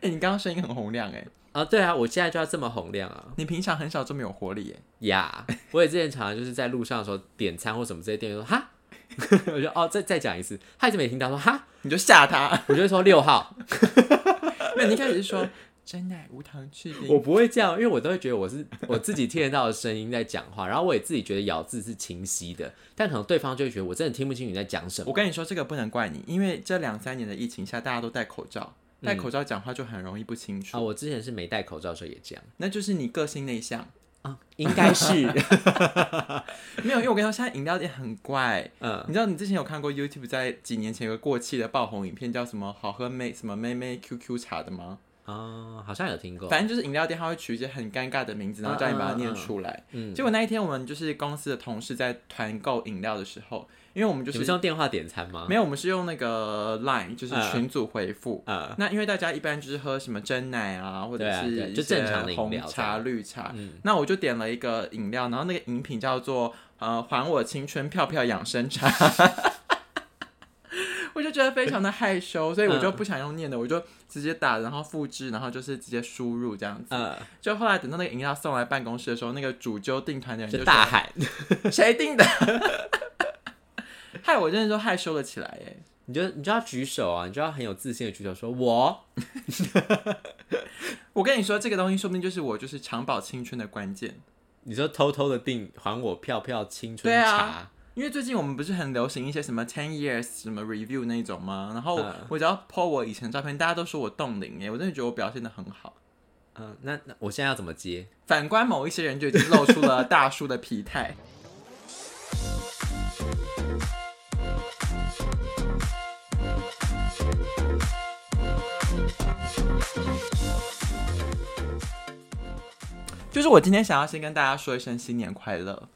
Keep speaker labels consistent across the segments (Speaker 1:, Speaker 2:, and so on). Speaker 1: 哎、你刚刚声音很洪亮哎、
Speaker 2: 啊，对啊，我现在就要这么洪亮啊！
Speaker 1: 你平常很少这么有活力哎、
Speaker 2: 呀、我也之前常常就是在路上的时候点餐或什么这些店，就说哈， 我就哦再再讲一次，他一直没听到说哈，
Speaker 1: 你就吓他。
Speaker 2: 我就会说六号，
Speaker 1: 那你一开始是说真奶无糖去
Speaker 2: 我
Speaker 1: 冰，
Speaker 2: 不会这样，因为我都会觉得我是我自己听得到的声音在讲话，然后我也自己觉得咬字是清晰的，但可能对方就会觉得我真的听不清你在讲什么
Speaker 1: 我。跟你说这个不能怪你，因为这两三年的疫情下，大家都戴口罩，戴
Speaker 2: 嗯
Speaker 1: 口罩讲话就很容易不清楚。
Speaker 2: 啊，我之前是没戴口罩的时候也这样
Speaker 1: 那就是你个性内向，
Speaker 2: 啊，应该是
Speaker 1: 没有，因为我跟你说，现在饮料店很怪。
Speaker 2: 嗯
Speaker 1: 你知道你之前有看过 YouTube 在几年前有个过气的爆红影片，叫什么“好喝妹”什么妹妹 QQ 茶的吗？
Speaker 2: 啊，好像有听过，
Speaker 1: 反正就是饮料店，它会取一些很尴尬的名字，然后叫你把它念出来。
Speaker 2: 嗯，
Speaker 1: 结果那一天，我们就是公司的同事在团购饮料的时候，因为我们就
Speaker 2: 你
Speaker 1: 是
Speaker 2: 们是用电话点餐吗？
Speaker 1: 没有，我们是用那个 Line，就是
Speaker 2: 嗯
Speaker 1: 群组回复。
Speaker 2: 啊，
Speaker 1: 那因为大家一般就是喝什么真奶啊，或者
Speaker 2: 对啊
Speaker 1: 是
Speaker 2: 对啊
Speaker 1: 一
Speaker 2: 就
Speaker 1: 些
Speaker 2: 正常的饮
Speaker 1: 红
Speaker 2: 料这
Speaker 1: 茶、
Speaker 2: 样
Speaker 1: 绿茶。
Speaker 2: 嗯
Speaker 1: 那我就点了一个饮料，然后那个饮品叫做呃“还我青春票票养生茶”， 我就觉得非常的害羞，所以
Speaker 2: 嗯
Speaker 1: 我就不想用念的，我就直接打，然后复制，然后就是直接输入这样子。
Speaker 2: 嗯，
Speaker 1: 就后来等到那个饮料送来办公室的时候，那个主揪订团的人就
Speaker 2: 就
Speaker 1: 说
Speaker 2: 大喊，
Speaker 1: 谁订的？害我真的说害羞了起来耶！
Speaker 2: 你就你就要举手啊，你就要很有自信的举手说，我
Speaker 1: 我跟你说，这个东西说不定就是我就是长保青春的关键。
Speaker 2: 你说偷偷的订还我票票青春
Speaker 1: 对
Speaker 2: 茶，
Speaker 1: 啊因为最近我们不是很流行一些什么 ten years 什么 review 那种吗？然后
Speaker 2: 嗯
Speaker 1: 我只要 po 我以前的照片，大家都说我冻龄耶，我真的觉得我表现的很好。
Speaker 2: 嗯，那那我现在要怎么接？
Speaker 1: 反观某一些人就已经露出了大叔的疲态。就是我今天想要先跟大家说一声新年快乐，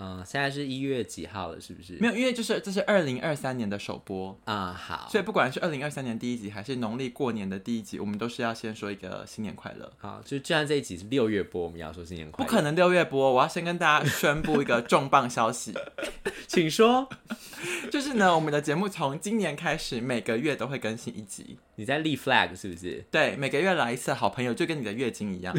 Speaker 2: 嗯，现在是一月几号了，是不是？
Speaker 1: 没
Speaker 2: 有
Speaker 1: 有，因为就是这是二零二三年的首播，
Speaker 2: 啊、好，
Speaker 1: 所以不管是二零二三年第一集还是农历过年的第一集，我们都是要先说一个新年快乐。
Speaker 2: 好，就就算这一集是六月播，我们也要说新年快
Speaker 1: 不
Speaker 2: 乐。
Speaker 1: 可能六月播，我要先跟大家宣布一个重磅消息，
Speaker 2: 请说，
Speaker 1: 就是呢，我们的节目从今年开始，每个月都会更新一集。
Speaker 2: 你在立 flag 是不是？
Speaker 1: 对，每个月来一次，好朋友就跟你的月经一样。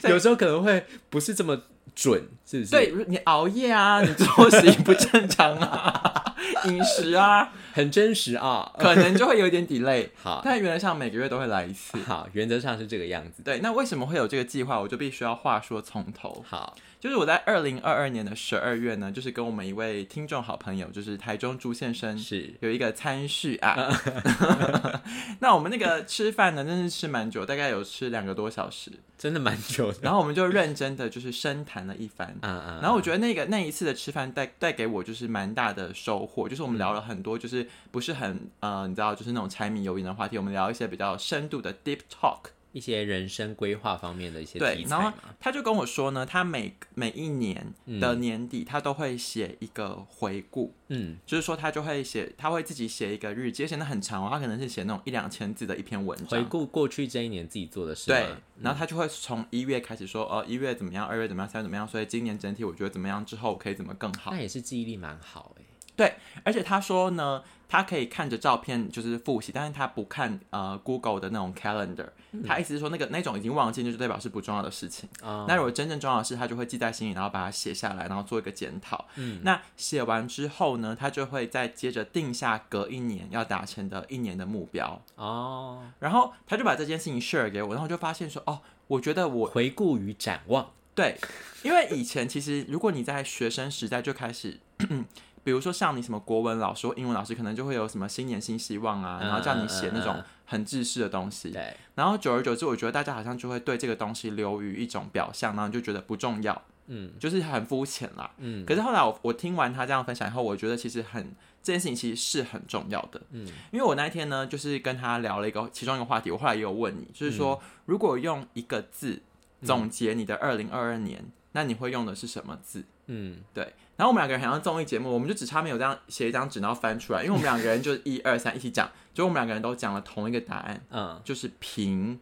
Speaker 1: 在
Speaker 2: 有时候可能会不是这么准，是不是？
Speaker 1: 对，你熬夜啊，你作息不正常啊，饮食啊，
Speaker 2: 很真实啊。
Speaker 1: 可能就会有点 delay。
Speaker 2: 好，
Speaker 1: 但原则上每个月都会来一次。
Speaker 2: 好，原则上是这个样子。
Speaker 1: 对，那为什么会有这个计划？我就必须要话说从头。
Speaker 2: 好，
Speaker 1: 就是我在二零二二年的十二月呢，就是跟我们一位听众好朋友，就是台中朱先生，
Speaker 2: 是
Speaker 1: 有一个餐叙啊。
Speaker 2: 嗯
Speaker 1: 那我们那个吃饭呢，真是吃蛮久，大概有吃两个多小时，
Speaker 2: 真的蛮久的。
Speaker 1: 然后我们就认真的就是深谈了一番。
Speaker 2: 嗯嗯，
Speaker 1: 然后我觉得那个那一次的吃饭带带给我就是蛮大的收获，就是我们聊了很多就是不是很呃你知道就是那种柴米油盐的话题，我们聊一些比较深度的 deep talk。
Speaker 2: 一些人生规划方面的一些
Speaker 1: 对
Speaker 2: 题，材
Speaker 1: 然后
Speaker 2: 嘛
Speaker 1: 他就跟我说呢，他每每一年的年底，他都会写一个回顾，
Speaker 2: 嗯，
Speaker 1: 就是说他就会写，他会自己写一个日记，而且那很长哦，他可能是写那种一两千字的一篇文
Speaker 2: 回
Speaker 1: 章。
Speaker 2: 顾嗯过去这一年自己做的事
Speaker 1: 对
Speaker 2: 嘛，，
Speaker 1: 然后他就会从一月开始说，哦，一月怎么样，二月怎么样，三月怎么样，所以今年整体我觉得怎么样，之后我可以怎么更好。
Speaker 2: 那也是记忆力蛮好哎、
Speaker 1: 而且他说呢，他可以看着照片就是复习，但是他不看呃 Google 的那种 calendar，、他意思是说那个那种已经忘记，就是代表是不重要的事情。
Speaker 2: 哦
Speaker 1: 那如果真正重要的事，他就会记在心里，然后把它写下来，然后做一个检讨。嗯，那写完之后呢，他就会再接着定下隔一年要达成的一年的目标，
Speaker 2: 哦，
Speaker 1: 然后他就把这件事情 share 给我，然后我就发现说，哦，我觉得我
Speaker 2: 回顾与展望，
Speaker 1: 对，因为以前其实如果你在学生时代就开始。 比如说像你什么国文老师或英文老师，可能就会有什么新年新希望啊，
Speaker 2: 嗯
Speaker 1: 然后叫你写那
Speaker 2: 嗯嗯
Speaker 1: 种
Speaker 2: 嗯
Speaker 1: 很制式的东西。
Speaker 2: 对，
Speaker 1: 然后久而久之，我觉得大家好像就会对这个东西流于一种表象，然后你就觉得不重要，
Speaker 2: 嗯
Speaker 1: 就是很肤浅啦。
Speaker 2: 嗯
Speaker 1: 可是后来我我听完他这样分享以后，我觉得其实很这件事情其实是很重要的，
Speaker 2: 嗯，
Speaker 1: 因为我那一天呢就是跟他聊了一个其中一个话题，我后来也有问你，就是说、
Speaker 2: 嗯
Speaker 1: 如果用一个字总结你的二零二二年，那你会用的是什么字？
Speaker 2: 嗯，
Speaker 1: 对，然后我们两个人好像综艺节目，我们就只差没有这样写一张纸然后翻出来，因为我们两个人就一二三一起讲，就我们两个人都讲了同一个答案，
Speaker 2: 嗯
Speaker 1: 就是平。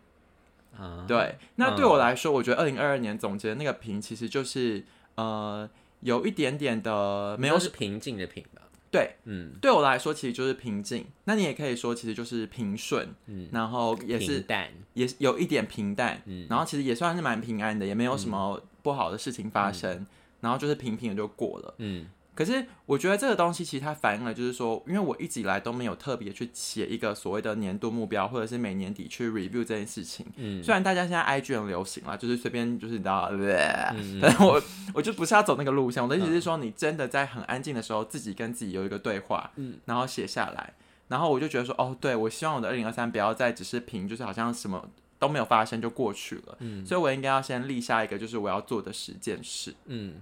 Speaker 2: 啊，
Speaker 1: 对，那对我来说，我觉得二零二二年总结的那个平其实就是呃有一点点的没有
Speaker 2: 都是平静的平吧？
Speaker 1: 对，
Speaker 2: 嗯，
Speaker 1: 对我来说其实就是平静。那你也可以说，其实就是平顺，
Speaker 2: 嗯
Speaker 1: 然后也
Speaker 2: 平
Speaker 1: 是
Speaker 2: 淡，
Speaker 1: 也是有一点平淡，
Speaker 2: 嗯
Speaker 1: 然后其实也算是蛮平安的，也没有什么不好的事情发生，然后就是平平的就过了。
Speaker 2: 嗯
Speaker 1: 可是我觉得这个东西其实它反映了，就是说，因为我一直以来都没有特别去写一个所谓的年度目标，或者是每年底去 review 这件事情。
Speaker 2: 嗯
Speaker 1: 虽然大家现在 IG 很流行啦，就是随便就是你知道，
Speaker 2: 嗯
Speaker 1: 但我我就不是要走那个路线。我的意思是说，你真的在很安静的时候，自己跟自己有一个对话，
Speaker 2: 嗯
Speaker 1: 然后写下来。然后我就觉得说，哦，对，我希望我的二零二三不要再只是凭，就是好像什么都没有发生就过去了。
Speaker 2: 嗯
Speaker 1: 所以我应该要先立下一个，就是我要做的十件事。
Speaker 2: 嗯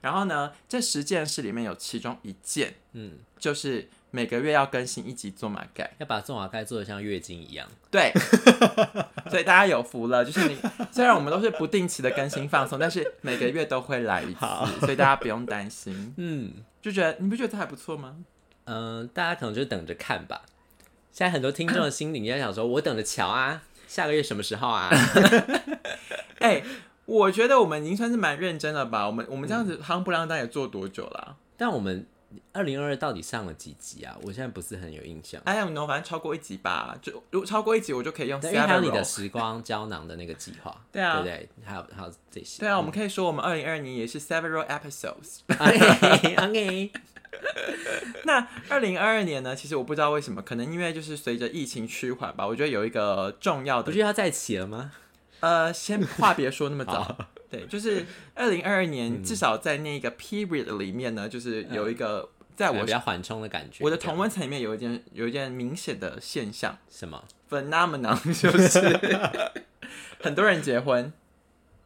Speaker 1: 然后呢，这十件事里面有其中一件
Speaker 2: 嗯，
Speaker 1: 就是每个月要更新一集做马 盖，
Speaker 2: 要把中华盖做的像月经一样，
Speaker 1: 对，所以大家有福了。就是你 虽然我们都是不定期的更新放松，但是每个月都会来一次
Speaker 2: 好，
Speaker 1: 所以大家不用担心。
Speaker 2: 嗯
Speaker 1: 就觉得你不觉得这还不错吗？
Speaker 2: 嗯、呃大家可能就等着看吧。现在很多听众的心里在想说，我等着瞧啊，下个月什么时 候啊？
Speaker 1: 哎、我觉得我们已经算是蛮认真了吧。我们我们这样
Speaker 2: 嗯
Speaker 1: 子夯不啷当也做多久了、啊
Speaker 2: 但我们二零二二到底上了几集啊？我现在不是很有印 象。
Speaker 1: 哎呀，no，反正超过一集吧，就如果超过一集我就可以用
Speaker 2: 对，因为还有你的
Speaker 1: Several。
Speaker 2: 时光胶囊的那个计划，
Speaker 1: 对啊
Speaker 2: 对不对？还有还有这些，
Speaker 1: 对啊，我们可以说我们二零二年也是 several episodes。
Speaker 2: OK OK，
Speaker 1: 那二零二二年呢？其实我不知道为什么，可能因为就是随着疫情趋缓吧，我觉得有一个重要
Speaker 2: 不
Speaker 1: 的
Speaker 2: 就要在一起了吗？
Speaker 1: 呃，先话别说那么 早，对，就是二零二二
Speaker 2: 嗯
Speaker 1: 年至少在那个 period 里面呢，就是有一个在
Speaker 2: 嗯有
Speaker 1: 哎我
Speaker 2: 哎比较缓冲的感觉。
Speaker 1: 我的
Speaker 2: 这样
Speaker 1: 同温层里面有一件有一件明显的现象
Speaker 2: 什么？
Speaker 1: ，phenomenon 就是很多人结婚，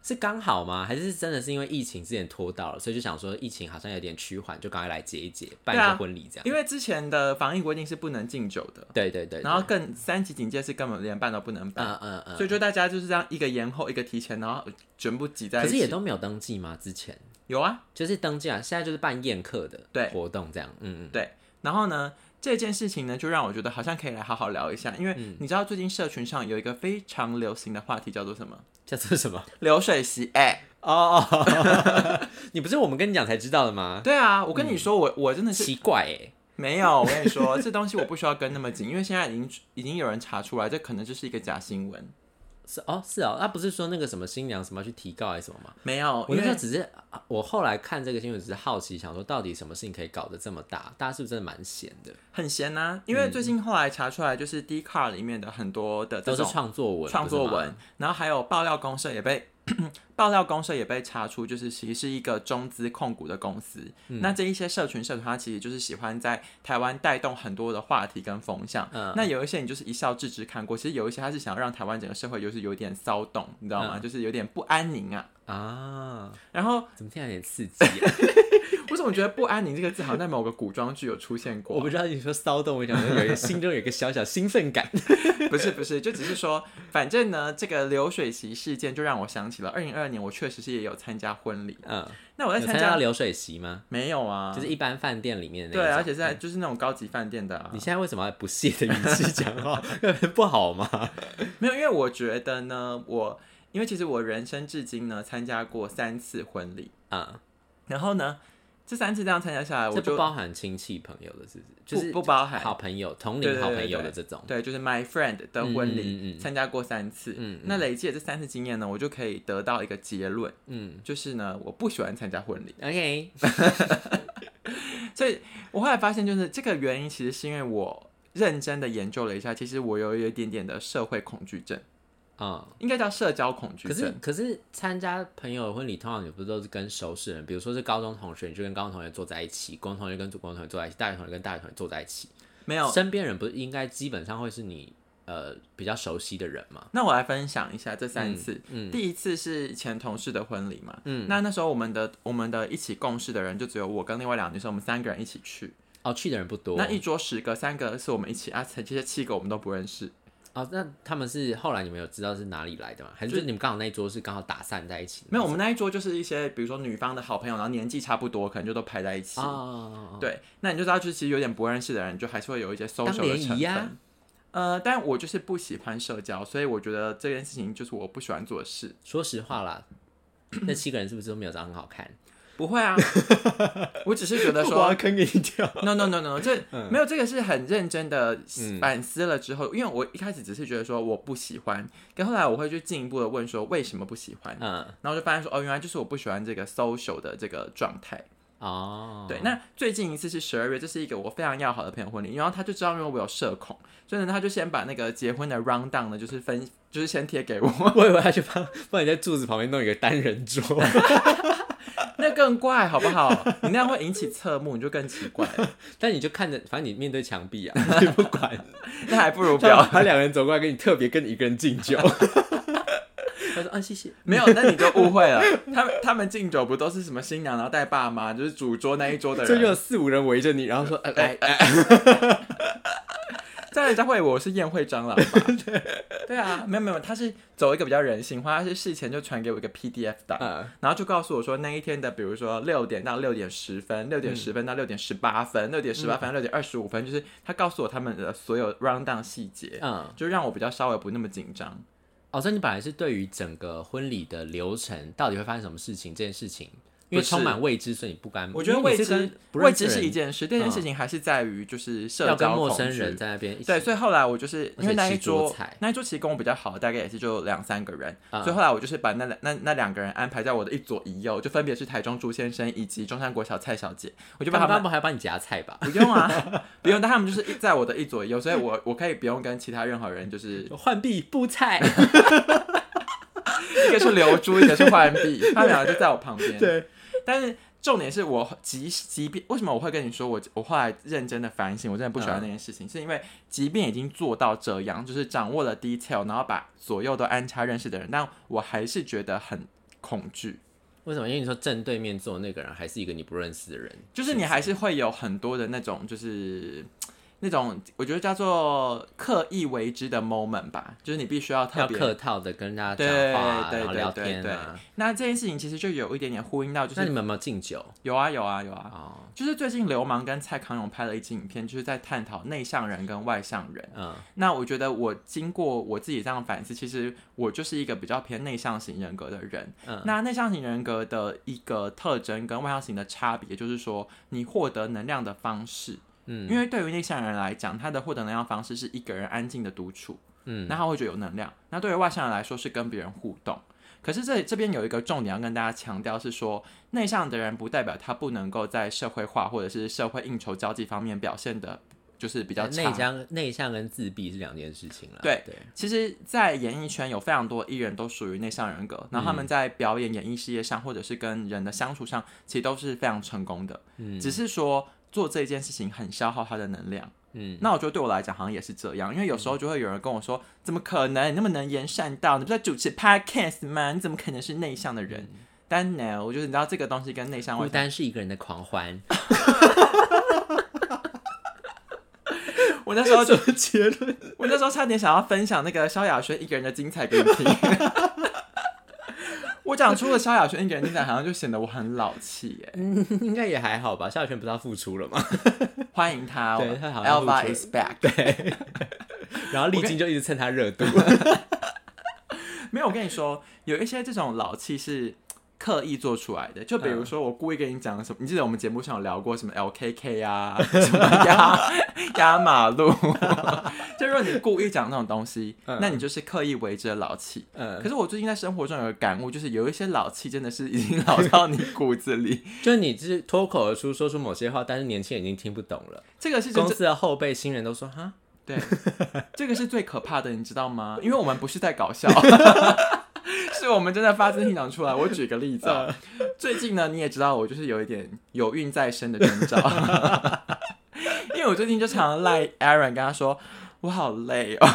Speaker 2: 是刚好吗？还是真的是因为疫情之前拖到了，所以就想说疫情好像有点趋缓，就赶快来结一结，办一
Speaker 1: 对啊
Speaker 2: 个婚礼这样。
Speaker 1: 因为之前的防疫规定是不能敬酒的，
Speaker 2: 对对对，
Speaker 1: 然后更三级警戒是根本连办都不能
Speaker 2: 对
Speaker 1: 办。
Speaker 2: 嗯嗯嗯，
Speaker 1: 所以就大家就是这样一个延后一个提前，然后全部挤在
Speaker 2: 可
Speaker 1: 一
Speaker 2: 是
Speaker 1: 起。
Speaker 2: 也都没有登记吗？之前
Speaker 1: 有啊，
Speaker 2: 就是登记啊，现在就是办宴客的
Speaker 1: 对
Speaker 2: 活动这样。嗯嗯，
Speaker 1: 然后呢，这件事情呢，就让我觉得好像可以来好好聊一下，因为你知道最近社群上有一个非常流行的话题叫做什么？
Speaker 2: 叫做什么？
Speaker 1: 流水席。哎、
Speaker 2: 哦哦，你不是我们跟你讲才知道的吗？
Speaker 1: 对啊，我跟你说，我我真的 是
Speaker 2: 奇怪哎，
Speaker 1: 没有。我跟你说，这东西我不需要跟那么紧，因为现在已经已经有人查出来，这可能就是一个假新闻。
Speaker 2: 是哦是哦，那不是说那个什么新娘什么去提告还是什么吗？
Speaker 1: 没有，
Speaker 2: 我
Speaker 1: 因
Speaker 2: 那时候
Speaker 1: 为
Speaker 2: 只是，啊我后来看这个新闻，只是好奇，想说到底什么事情可以搞得这么大？大家是不是真的蛮闲的？
Speaker 1: 很闲呐、因为最近后来查出来，就是 d c a r 里面的很多的这
Speaker 2: 都是
Speaker 1: 种
Speaker 2: 创作文，
Speaker 1: 创作
Speaker 2: 不是吗
Speaker 1: 文，，然后还有爆料公社也被爆料公社也被查出，就是其实是一个中资控股的公司。
Speaker 2: 嗯
Speaker 1: 那这一些社群社团，它其实就是喜欢在台湾带动很多的话题跟风向。
Speaker 2: 嗯
Speaker 1: 那有一些你就是一笑置之看过，其实有一些它是想要让台湾整个社会就是有点骚动，你知道
Speaker 2: 嗯
Speaker 1: 吗？就是有点不安宁啊。
Speaker 2: 啊，
Speaker 1: 然后
Speaker 2: 怎么听起来有点刺激、啊？
Speaker 1: 我总觉得“不安宁”这个字好像在某个古装剧有出现过
Speaker 2: 我。不知道你说骚动，我想说有一个心中有一个小小兴奋感。
Speaker 1: 不是不是，就只是说，反正呢，这个流水席事件就让我想起了二零二二年，我确实是也有参加婚礼。
Speaker 2: 嗯，
Speaker 1: 那我在
Speaker 2: 有参
Speaker 1: 参
Speaker 2: 加
Speaker 1: 加
Speaker 2: 到流水席吗？
Speaker 1: 没有啊，
Speaker 2: 就是一般饭店里面的那
Speaker 1: 对，啊
Speaker 2: 一种嗯
Speaker 1: 而且是在就是那种高级饭店的、啊
Speaker 2: 你，现在为什么要不屑的语气 讲话？不好 吗？嗯
Speaker 1: 没有，因为我觉得呢，我因为其实我人生至今呢参加过三次婚礼，
Speaker 2: 啊、
Speaker 1: 然后呢，这三次这样参加下来，我
Speaker 2: 这不
Speaker 1: 就
Speaker 2: 包含亲戚朋友的，是不是？就是
Speaker 1: 不不包含
Speaker 2: 好朋友、同
Speaker 1: 对对
Speaker 2: 龄
Speaker 1: 对
Speaker 2: 好朋友的这种。
Speaker 1: 对，就是 my friend 的婚
Speaker 2: 嗯
Speaker 1: 礼
Speaker 2: 嗯嗯
Speaker 1: 参加过三次，
Speaker 2: 嗯嗯
Speaker 1: 那累计的这三次经验呢，我就可以得到一个结论，
Speaker 2: 嗯
Speaker 1: 就是呢，我不喜欢参加婚礼，
Speaker 2: ，OK，
Speaker 1: 所以我后来发现，就是这个原因其实是因为我认真的研究了一下，其实我有有一点点的社会恐惧症，
Speaker 2: 嗯。
Speaker 1: 应该叫社交恐惧
Speaker 2: 可是
Speaker 1: 症，
Speaker 2: 可是参加朋友的婚礼，通常你不是都是跟熟识人，比如说是高中同学，你就跟高中同学坐在一起；国中同学跟国中同学坐在一起；大学同学跟大学同学坐在一起。
Speaker 1: 没有。
Speaker 2: 身边人不是应该基本上会是你呃比较熟悉的人吗？
Speaker 1: 那我来分享一下这三次，
Speaker 2: 嗯，
Speaker 1: 第一次是前同事的婚礼嘛，
Speaker 2: 嗯
Speaker 1: 那那时候我们的我们的一起共事的人就只有我跟另外两个女生，我们三个人一起去，
Speaker 2: 哦，去的人不多。
Speaker 1: 那一桌十个，三个是我们一起啊，这些七个我们都不认识，
Speaker 2: 哦，那他们是后来你们有知道是哪里来的吗？还是就是你们刚好那一桌是刚好打散在一起的？
Speaker 1: 没有，我们那一桌就是一些比如说女方的好朋友，然后年纪差不多，可能就都排在一起，
Speaker 2: 哦哦，哦
Speaker 1: 对，那你就知道就是其实有点不认识的人，就还是会有一些 social 的
Speaker 2: 联
Speaker 1: 成
Speaker 2: 谊
Speaker 1: 分。
Speaker 2: 啊
Speaker 1: 呃，但我就是不喜欢社交，所以我觉得这件事情就是我不喜欢做的事。
Speaker 2: 说实话啦，那七个人是不是都没有长得很好看？
Speaker 1: 不会啊， 我只是觉得
Speaker 2: 挖
Speaker 1: 说啊
Speaker 2: 坑给你跳。
Speaker 1: ，no no no no，这、 没有这个是很认真的反思了之后，因为我一开始只是觉得说我不喜欢，跟后来我会去进一步的问说为什么不喜欢，
Speaker 2: 嗯，
Speaker 1: 然后就发现说哦，原来就是我不喜欢这个 social 的这个状态。
Speaker 2: 哦，
Speaker 1: 对，那最近一次是十二月，这是一个我非常要好的朋友婚礼，然后他就知道因为我有社恐，所以呢，他就先把那个结婚的 round down 呢，就是分，就是先贴给我，
Speaker 2: 我以为他去帮帮你在柱子旁边弄一个单人桌，
Speaker 1: 那更怪好不好？ 你那样会引起侧目，你就更奇怪了，
Speaker 2: 但你就看着，反正你面对墙壁啊，你不管。
Speaker 1: 那还不如 不
Speaker 2: 他
Speaker 1: 要。
Speaker 2: 他两个人走过来跟你特别跟一个人 敬酒，他说啊谢谢，
Speaker 1: 没有，那你就误会了。 他们他们敬酒不都是什么新娘，然后带爸妈，就是主桌那一桌的
Speaker 2: 这就
Speaker 1: 人，
Speaker 2: 有四五人围着你，然 后说哎哎哎，
Speaker 1: 这样人家会以为我是宴会蟑螂 吧？对啊，没有没有，他是走一个比较人性化，他是事前就传给我一个 PDF 档，
Speaker 2: 嗯
Speaker 1: 然后就告诉我说那一天的，比如说六点到六点十
Speaker 2: 嗯
Speaker 1: 分，六点十分到六点十八分，六点十八分到六点二十五分，就是他告诉我他们的所有 round down 细节，
Speaker 2: 嗯，
Speaker 1: 就让我比较稍微不那么紧张。
Speaker 2: 哦，所以你本来是对于整个婚礼的流程到底会发生什么事情这件事情，因为
Speaker 1: 不是
Speaker 2: 充满未知，所以你不敢。
Speaker 1: 我觉得
Speaker 2: 嗯因为
Speaker 1: 未
Speaker 2: 你是
Speaker 1: 知
Speaker 2: 跟不
Speaker 1: 未
Speaker 2: 认识
Speaker 1: 知是
Speaker 2: 人
Speaker 1: 一件事，第二件事情还是在于就是社
Speaker 2: 要跟
Speaker 1: 交
Speaker 2: 陌
Speaker 1: 恐
Speaker 2: 生
Speaker 1: 惧
Speaker 2: 人在那边一起
Speaker 1: 对，所以后来我就是因为那一
Speaker 2: 而且吃
Speaker 1: 桌
Speaker 2: 多菜，
Speaker 1: 那一桌其实跟我比较好，大概也是就两三个人，
Speaker 2: 嗯
Speaker 1: 所以后来我就是把那两那那两个人安排在我的一左一右，就分别是台中朱先生以及中山国小蔡小姐，我就把
Speaker 2: 他
Speaker 1: 他们
Speaker 2: 们不还帮你夹菜吧？
Speaker 1: 不用啊，不用，但他们就是一在我的一左一右，所以我我可以不用跟其他任何人，就是
Speaker 2: 换币布菜，
Speaker 1: 一个是流珠，一个是浣碧，他们两个就在我旁边。
Speaker 2: 对，
Speaker 1: 但是重点是我即即便为什么我会跟你说我我后来认真的反省，我真的不喜欢那件事
Speaker 2: 嗯
Speaker 1: 情，是因为即便已经做到这样，就是掌握了 detail，然后把左右都安插认识的人，但我还是觉得很恐惧。
Speaker 2: 为什么？因为你说正对面坐的那个人还是一个你不认识的人，
Speaker 1: 就是你还是会有很多的那种，就是那种我觉得叫做刻意为之的 moment 吧，就是你必须要特
Speaker 2: 要
Speaker 1: 别
Speaker 2: 客套的跟大家
Speaker 1: 对
Speaker 2: 讲话、啊，
Speaker 1: 对
Speaker 2: 然后
Speaker 1: 对
Speaker 2: 聊
Speaker 1: 对
Speaker 2: 天
Speaker 1: 对
Speaker 2: 啊。
Speaker 1: 那这件事情其实就有一点点呼应到，就
Speaker 2: 那你
Speaker 1: 是
Speaker 2: 们有没有敬酒？
Speaker 1: 有啊有啊有啊，
Speaker 2: 哦，
Speaker 1: 就是最近流氓跟蔡康永拍了一支影片，就是在探讨内向人跟外向人。
Speaker 2: 嗯，
Speaker 1: 那我觉得我经过我自己这样反思，其实我就是一个比较偏内向型人格的人。
Speaker 2: 嗯
Speaker 1: 那内向型人格的一个特征跟外向型的差别，就是说你获得能量的方式。
Speaker 2: 嗯，
Speaker 1: 因为对于内向人来讲，他的获得能量方式是一个人安静的独处，
Speaker 2: 嗯，
Speaker 1: 那他会觉得有能量。那对于外向人来说，是跟别人互动。可是这这边有一个重点要跟大家强调是说，内向的人不代表他不能够在社会化或者是社会应酬交际方面表现的，就是比较
Speaker 2: 内
Speaker 1: 差。
Speaker 2: 向、内向跟自闭是两件事情了。
Speaker 1: 对
Speaker 2: 对，
Speaker 1: 其实，在演艺圈有非常多艺人都属于内向人格，然后他们在表演、演艺事业上，或者是跟人的相处上，其实都是非常成功的。
Speaker 2: 嗯
Speaker 1: 只是说做这件事情很消耗他的能量。
Speaker 2: 嗯，
Speaker 1: 那我觉得对我来讲好像也是这样，因为有时候就会有人跟我说：“怎么可能？你那么能言善道，你不是在主持 podcast 吗？你怎么可能是内向的人？”但 no，我就是你知道这个东西跟内向
Speaker 2: 孤
Speaker 1: 外向，
Speaker 2: 单是一个人的狂欢。
Speaker 1: 我 那时候就
Speaker 2: 么结论？
Speaker 1: 我那时候差点想要分享那个萧亚轩一个人的精彩给你听。 我讲出了萧亚轩一个人精彩，好像就显得我很老气耶。
Speaker 2: 应该也还好吧。夏轩不是要复出了吗？
Speaker 1: 欢迎他、哦、
Speaker 2: 对他好像露出了
Speaker 1: ，Alpha is back。
Speaker 2: 然后丽晶就一直蹭他热度。
Speaker 1: 没有，我跟你说，有一些这种老气是刻意做出来的。就比如
Speaker 2: 嗯
Speaker 1: 说，我故意跟你讲什么，你记得我们节目上有聊过什么 LKK 啊， 什么压压马路， 就如果你故意讲那种东西，那你就是刻意为之的老气。
Speaker 2: 嗯，
Speaker 1: 可是我最近在生活中有个感悟，就是有一些老气真的是已经老到你骨子里。
Speaker 2: 就是你就是脱口而出说出某些话，但是年轻人已经听不懂了。
Speaker 1: 这个是真
Speaker 2: 公
Speaker 1: 正
Speaker 2: 司的后辈、新人都说哈，
Speaker 1: 对，这个是最可怕的，你知道 吗？因为我们不是在搞 笑，是我们真的发自内心讲出来。我举个例子、哦，最近呢，你也知道我就是有一点有孕在身的征 兆，因为我最近就常赖 Aaron 跟他说。我好累 哦，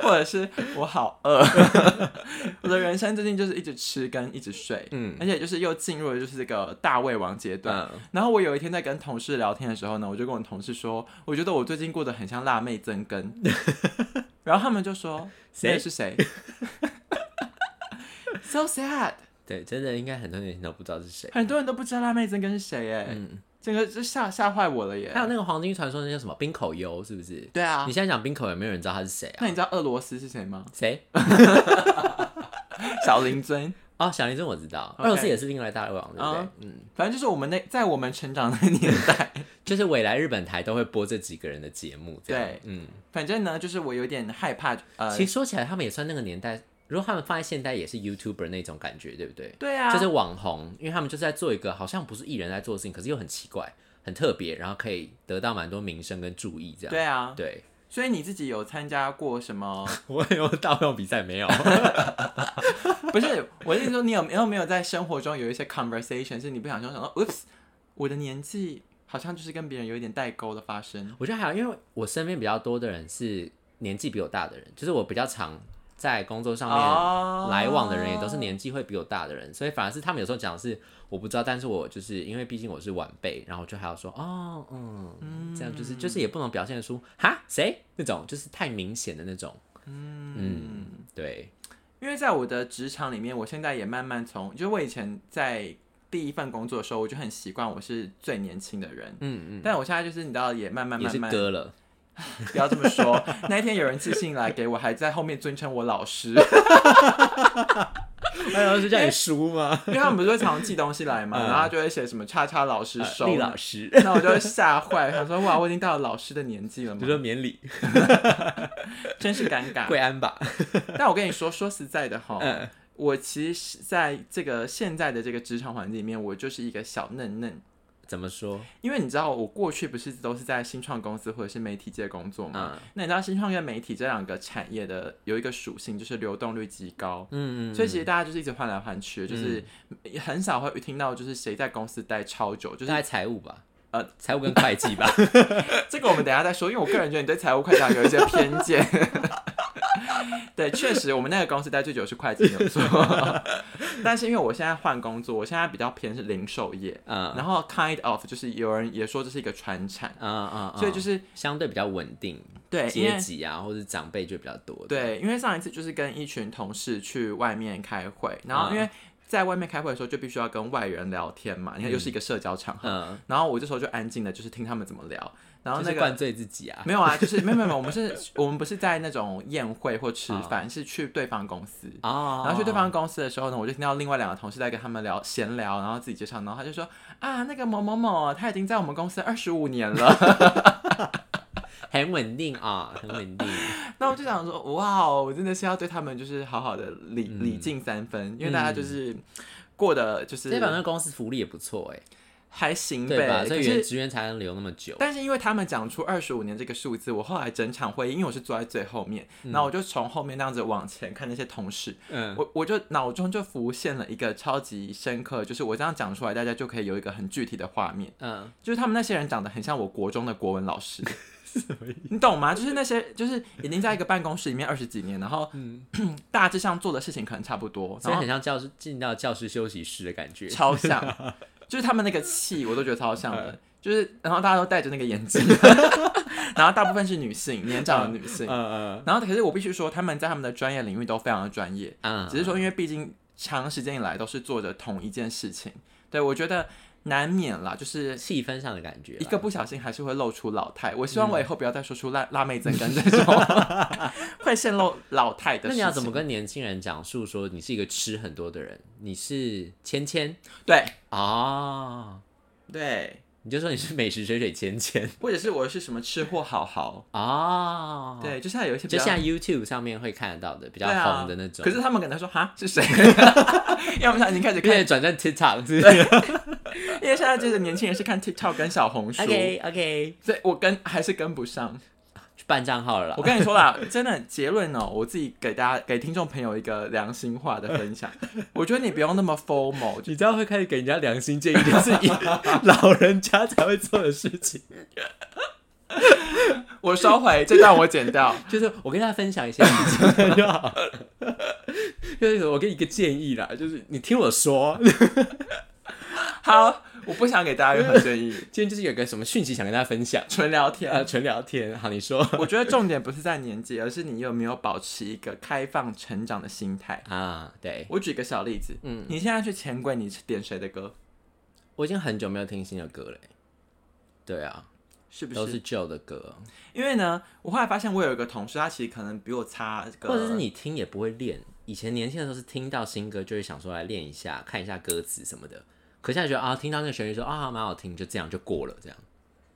Speaker 1: 或者是我好 饿，我的人生最近就是一直吃跟一直睡，
Speaker 2: 嗯
Speaker 1: 而且就是又进入了就是这个大胃王阶段，
Speaker 2: 嗯，
Speaker 1: 然后我有一天在跟同事聊天的时候呢，我就跟我同事说，我觉得我最近过得很像辣妹增 根，然后他们就说
Speaker 2: 谁
Speaker 1: 那是谁 ？So sad，
Speaker 2: 对，真的应该很多年轻人都不知道是谁。
Speaker 1: 很多人都不知道辣妹增根是谁哎，
Speaker 2: 嗯，
Speaker 1: 整个就吓吓坏我了耶
Speaker 2: 还。有那个黄金传说那叫什么冰口优，是不是？
Speaker 1: 对啊
Speaker 2: 你，现在讲冰口，有没有人知道他是谁啊？
Speaker 1: 那你知道俄罗斯是谁吗？
Speaker 2: 谁？
Speaker 1: 小林尊，
Speaker 2: 哦，小林尊我知道，
Speaker 1: OK
Speaker 2: 俄罗斯也是另外大胃王，对不对
Speaker 1: 啊？反正就是我们那在我们成长的年代，
Speaker 2: 就是未来日本台都会播这几个人的节目，这样
Speaker 1: 对。
Speaker 2: 嗯，
Speaker 1: 反正呢，就是我有点害怕，呃，
Speaker 2: 其实说起来，他们也算那个年代，如果他们放在现代，也是 YouTuber 那种感觉，对不对？
Speaker 1: 对啊，
Speaker 2: 就是网红，因为他们就是在做一个好像不是艺人在做的事情，可是又很奇怪、很特别，然后可以得到蛮多名声跟注意，这样。
Speaker 1: 对啊，
Speaker 2: 对，
Speaker 1: 所以你自己有参加过什么？
Speaker 2: 我有大胃王比赛没有？
Speaker 1: 不是，我的意思说，你有没有没有在生活中有一些 conversation 是你不想说，想到，oops，我的年纪好像就是跟别人有一点代沟的发生。
Speaker 2: 我觉得还好，因为我身边比较多的人是年纪比我大的人，就是我比较常在工作上面
Speaker 1: 哦
Speaker 2: 来往的人，也都是年纪会比我大的人，所以反而是他们有时候讲的是我不知道，但是我就是因为毕竟我是晚辈，然后就还要说哦嗯，这样就是就是也不能表现得出哈谁那种就是太明显的那种，嗯对，
Speaker 1: 因为在我的职场里面，我现在也慢慢从，就是我以前在第一份工作的时候，我就很习惯我是最年轻的人，
Speaker 2: 嗯嗯，
Speaker 1: 但我现在就是你知道，也慢慢
Speaker 2: 也
Speaker 1: 慢
Speaker 2: 是
Speaker 1: 慢，
Speaker 2: 割 了，
Speaker 1: 不要这么说。那一天有人寄信来给我，还在后面尊称我老 师，
Speaker 2: 然哎后是叫你输 吗？
Speaker 1: 因为他们不是会常寄东西来嘛，然后他就会写什么叉叉老师收，
Speaker 2: 李嗯啊老 师，
Speaker 1: 那我就会吓坏，想说哇，我已经到了老师的年纪了
Speaker 2: 就
Speaker 1: 嘛，
Speaker 2: 说免礼，
Speaker 1: 真是尴尬。
Speaker 2: 跪安吧，
Speaker 1: 但我跟你说，说实在的哈，
Speaker 2: 嗯
Speaker 1: 我其实在这个现在的这个职场环境里面，我就是一个小嫩嫩。
Speaker 2: 怎么说？
Speaker 1: 因为你知道，我过去不是都是在新创公司或者是媒体界工作嘛？
Speaker 2: 嗯
Speaker 1: 那你知道新创跟媒体这两个产业的有一个属性，就是流动率极高，
Speaker 2: 嗯嗯，嗯
Speaker 1: 所以其实大家就是一直换来换去，就是很少会听到就是谁在公司待超久，就是
Speaker 2: 大概财务吧，
Speaker 1: 呃，
Speaker 2: 财务跟会计 吧，
Speaker 1: 这个我们等一下再说，因为我个人觉得你对财务会计有一些偏见。 对，确实，我们那个公司待最久是会计，没有错。 但是因为我现在换工作，我现在比较偏是零售业，
Speaker 2: 嗯
Speaker 1: 然后 kind of 就是有人也说这是一个传产，
Speaker 2: 嗯嗯，
Speaker 1: 所以就是是
Speaker 2: 相对比较稳定，
Speaker 1: 对，因
Speaker 2: 阶
Speaker 1: 为
Speaker 2: 级啊或者长辈就比较多。，
Speaker 1: 对，因为上一次就是跟一群同事去外面开会，然
Speaker 2: 嗯
Speaker 1: 后因为在外面开会的时候就必须要跟外人聊天嘛，你看又是一个社交场合，
Speaker 2: 嗯，
Speaker 1: 然后我这时候就安静的，就是听他们怎么聊，然后
Speaker 2: 就
Speaker 1: 那
Speaker 2: 是
Speaker 1: 个
Speaker 2: 灌醉自己啊。
Speaker 1: 没有啊，就是没有没有没有，我们是，我们不是在那种宴会或吃
Speaker 2: 啊
Speaker 1: 饭，是去对方公司。
Speaker 2: 哦，
Speaker 1: 然后去对方公司的时候呢，我就听到另外两个同事在跟他们聊闲聊，然后自己介绍，然后他就说啊，那个某某某，他已经在我们公司二十五年了。
Speaker 2: 很稳定啊，很稳 定。
Speaker 1: 那我就想说，哇哦，我真的是要对他们就是好好的礼礼敬三分，因为大家就是过得就
Speaker 2: 嗯这反
Speaker 1: 是
Speaker 2: 正公司福利也不错哎，
Speaker 1: 还行
Speaker 2: 对吧？
Speaker 1: 呗。
Speaker 2: 所
Speaker 1: 可
Speaker 2: 以原
Speaker 1: 是
Speaker 2: 职员才能留那么久。
Speaker 1: 但是因为他们讲出二十五年这个数字，我后来整场会议，因为我是坐在最后面，然后我就从后面那样子往前看那些同事，
Speaker 2: 嗯，
Speaker 1: 我我就脑中就浮现了一个超级深刻，就是我这样讲出来，大家就可以有一个很具体的画面，
Speaker 2: 嗯，
Speaker 1: 就是他们那些人长得很像我国中的国文老 师，你懂吗？就是那些就是已经在一个办公室里面二十几年，然后、 大致上做的事情可能差不多，
Speaker 2: 所
Speaker 1: 然
Speaker 2: 以
Speaker 1: 后
Speaker 2: 嗯很像教室进到教室休息室的感 觉。
Speaker 1: 超 像，就是他们那个气我都觉得超像
Speaker 2: 嗯
Speaker 1: 的，就是然后大家都戴着那个眼 镜，然后大部分是女性，年长的女性，
Speaker 2: 嗯
Speaker 1: 然后可是我必须说，他们在他们的专业领域都非常的专业。
Speaker 2: 嗯，
Speaker 1: 只是说，因为毕竟长时间以来都是做着同一件事情，对我觉得难免啦，就是
Speaker 2: 气氛上的感觉啦。
Speaker 1: 一个不小心还是会露出老态。我希望我以
Speaker 2: 嗯
Speaker 1: 后不要再说出辣辣妹增干这 种会泄露老态的事情。
Speaker 2: 那你要怎么跟年轻人讲述说你是一个吃很多的人？你是芊芊
Speaker 1: 对
Speaker 2: 哦，
Speaker 1: 对，
Speaker 2: 你就说你是美食水水芊芊
Speaker 1: 或者是我是什么吃货好豪？
Speaker 2: 哦，，
Speaker 1: 对，就现在有一些比
Speaker 2: 就
Speaker 1: 较
Speaker 2: 像 YouTube 上面会看得到的比较
Speaker 1: 对啊
Speaker 2: 红的那种，
Speaker 1: 可是他们可能说哈是谁？ 要不然已经开始
Speaker 2: 而且
Speaker 1: 看，
Speaker 2: 转战 TikTok 是不是
Speaker 1: 因为现在就是年轻人是看 TikTok 跟小红书
Speaker 2: OK OK，
Speaker 1: 所以我跟还是跟不上。
Speaker 2: 去办账号了啦
Speaker 1: 我。跟你说啦，真的结论哦，我自己给大家给听众朋友一个良心化的分 享，我觉得你不用那么 formal，就
Speaker 2: 你知道会开始给人家良心建议，就是 以老人家才会做的事情。
Speaker 1: 我收回这段我剪 掉，
Speaker 2: 就是我跟大家分享一 些事情就好，就是我给你一个建议啦，就是你听我说，
Speaker 1: 好，我不想给大家任何建议，
Speaker 2: 今天就是有个什么讯息想跟大家分享，
Speaker 1: 纯聊天
Speaker 2: 呃，。纯聊天。好，你说
Speaker 1: 我觉得重点不是在年纪，而是你有没有保持一个开放成长的心态。
Speaker 2: 啊，对
Speaker 1: 我举个小例子，嗯，你现在去钱柜，你点谁的歌？
Speaker 2: 我已经很久没有听新的歌了欸，对啊，
Speaker 1: 是不
Speaker 2: 都
Speaker 1: 是？
Speaker 2: 是旧的歌，
Speaker 1: 因为呢，我后来发现我有一个同事，他其实可能比我差个，
Speaker 2: 或者是你听也不会练，以前年轻的时候是听到新歌就会想说来练一下，看一下歌词什么的。可现在觉得啊，听到那个旋律说啊蛮好听，就这样就过了这样。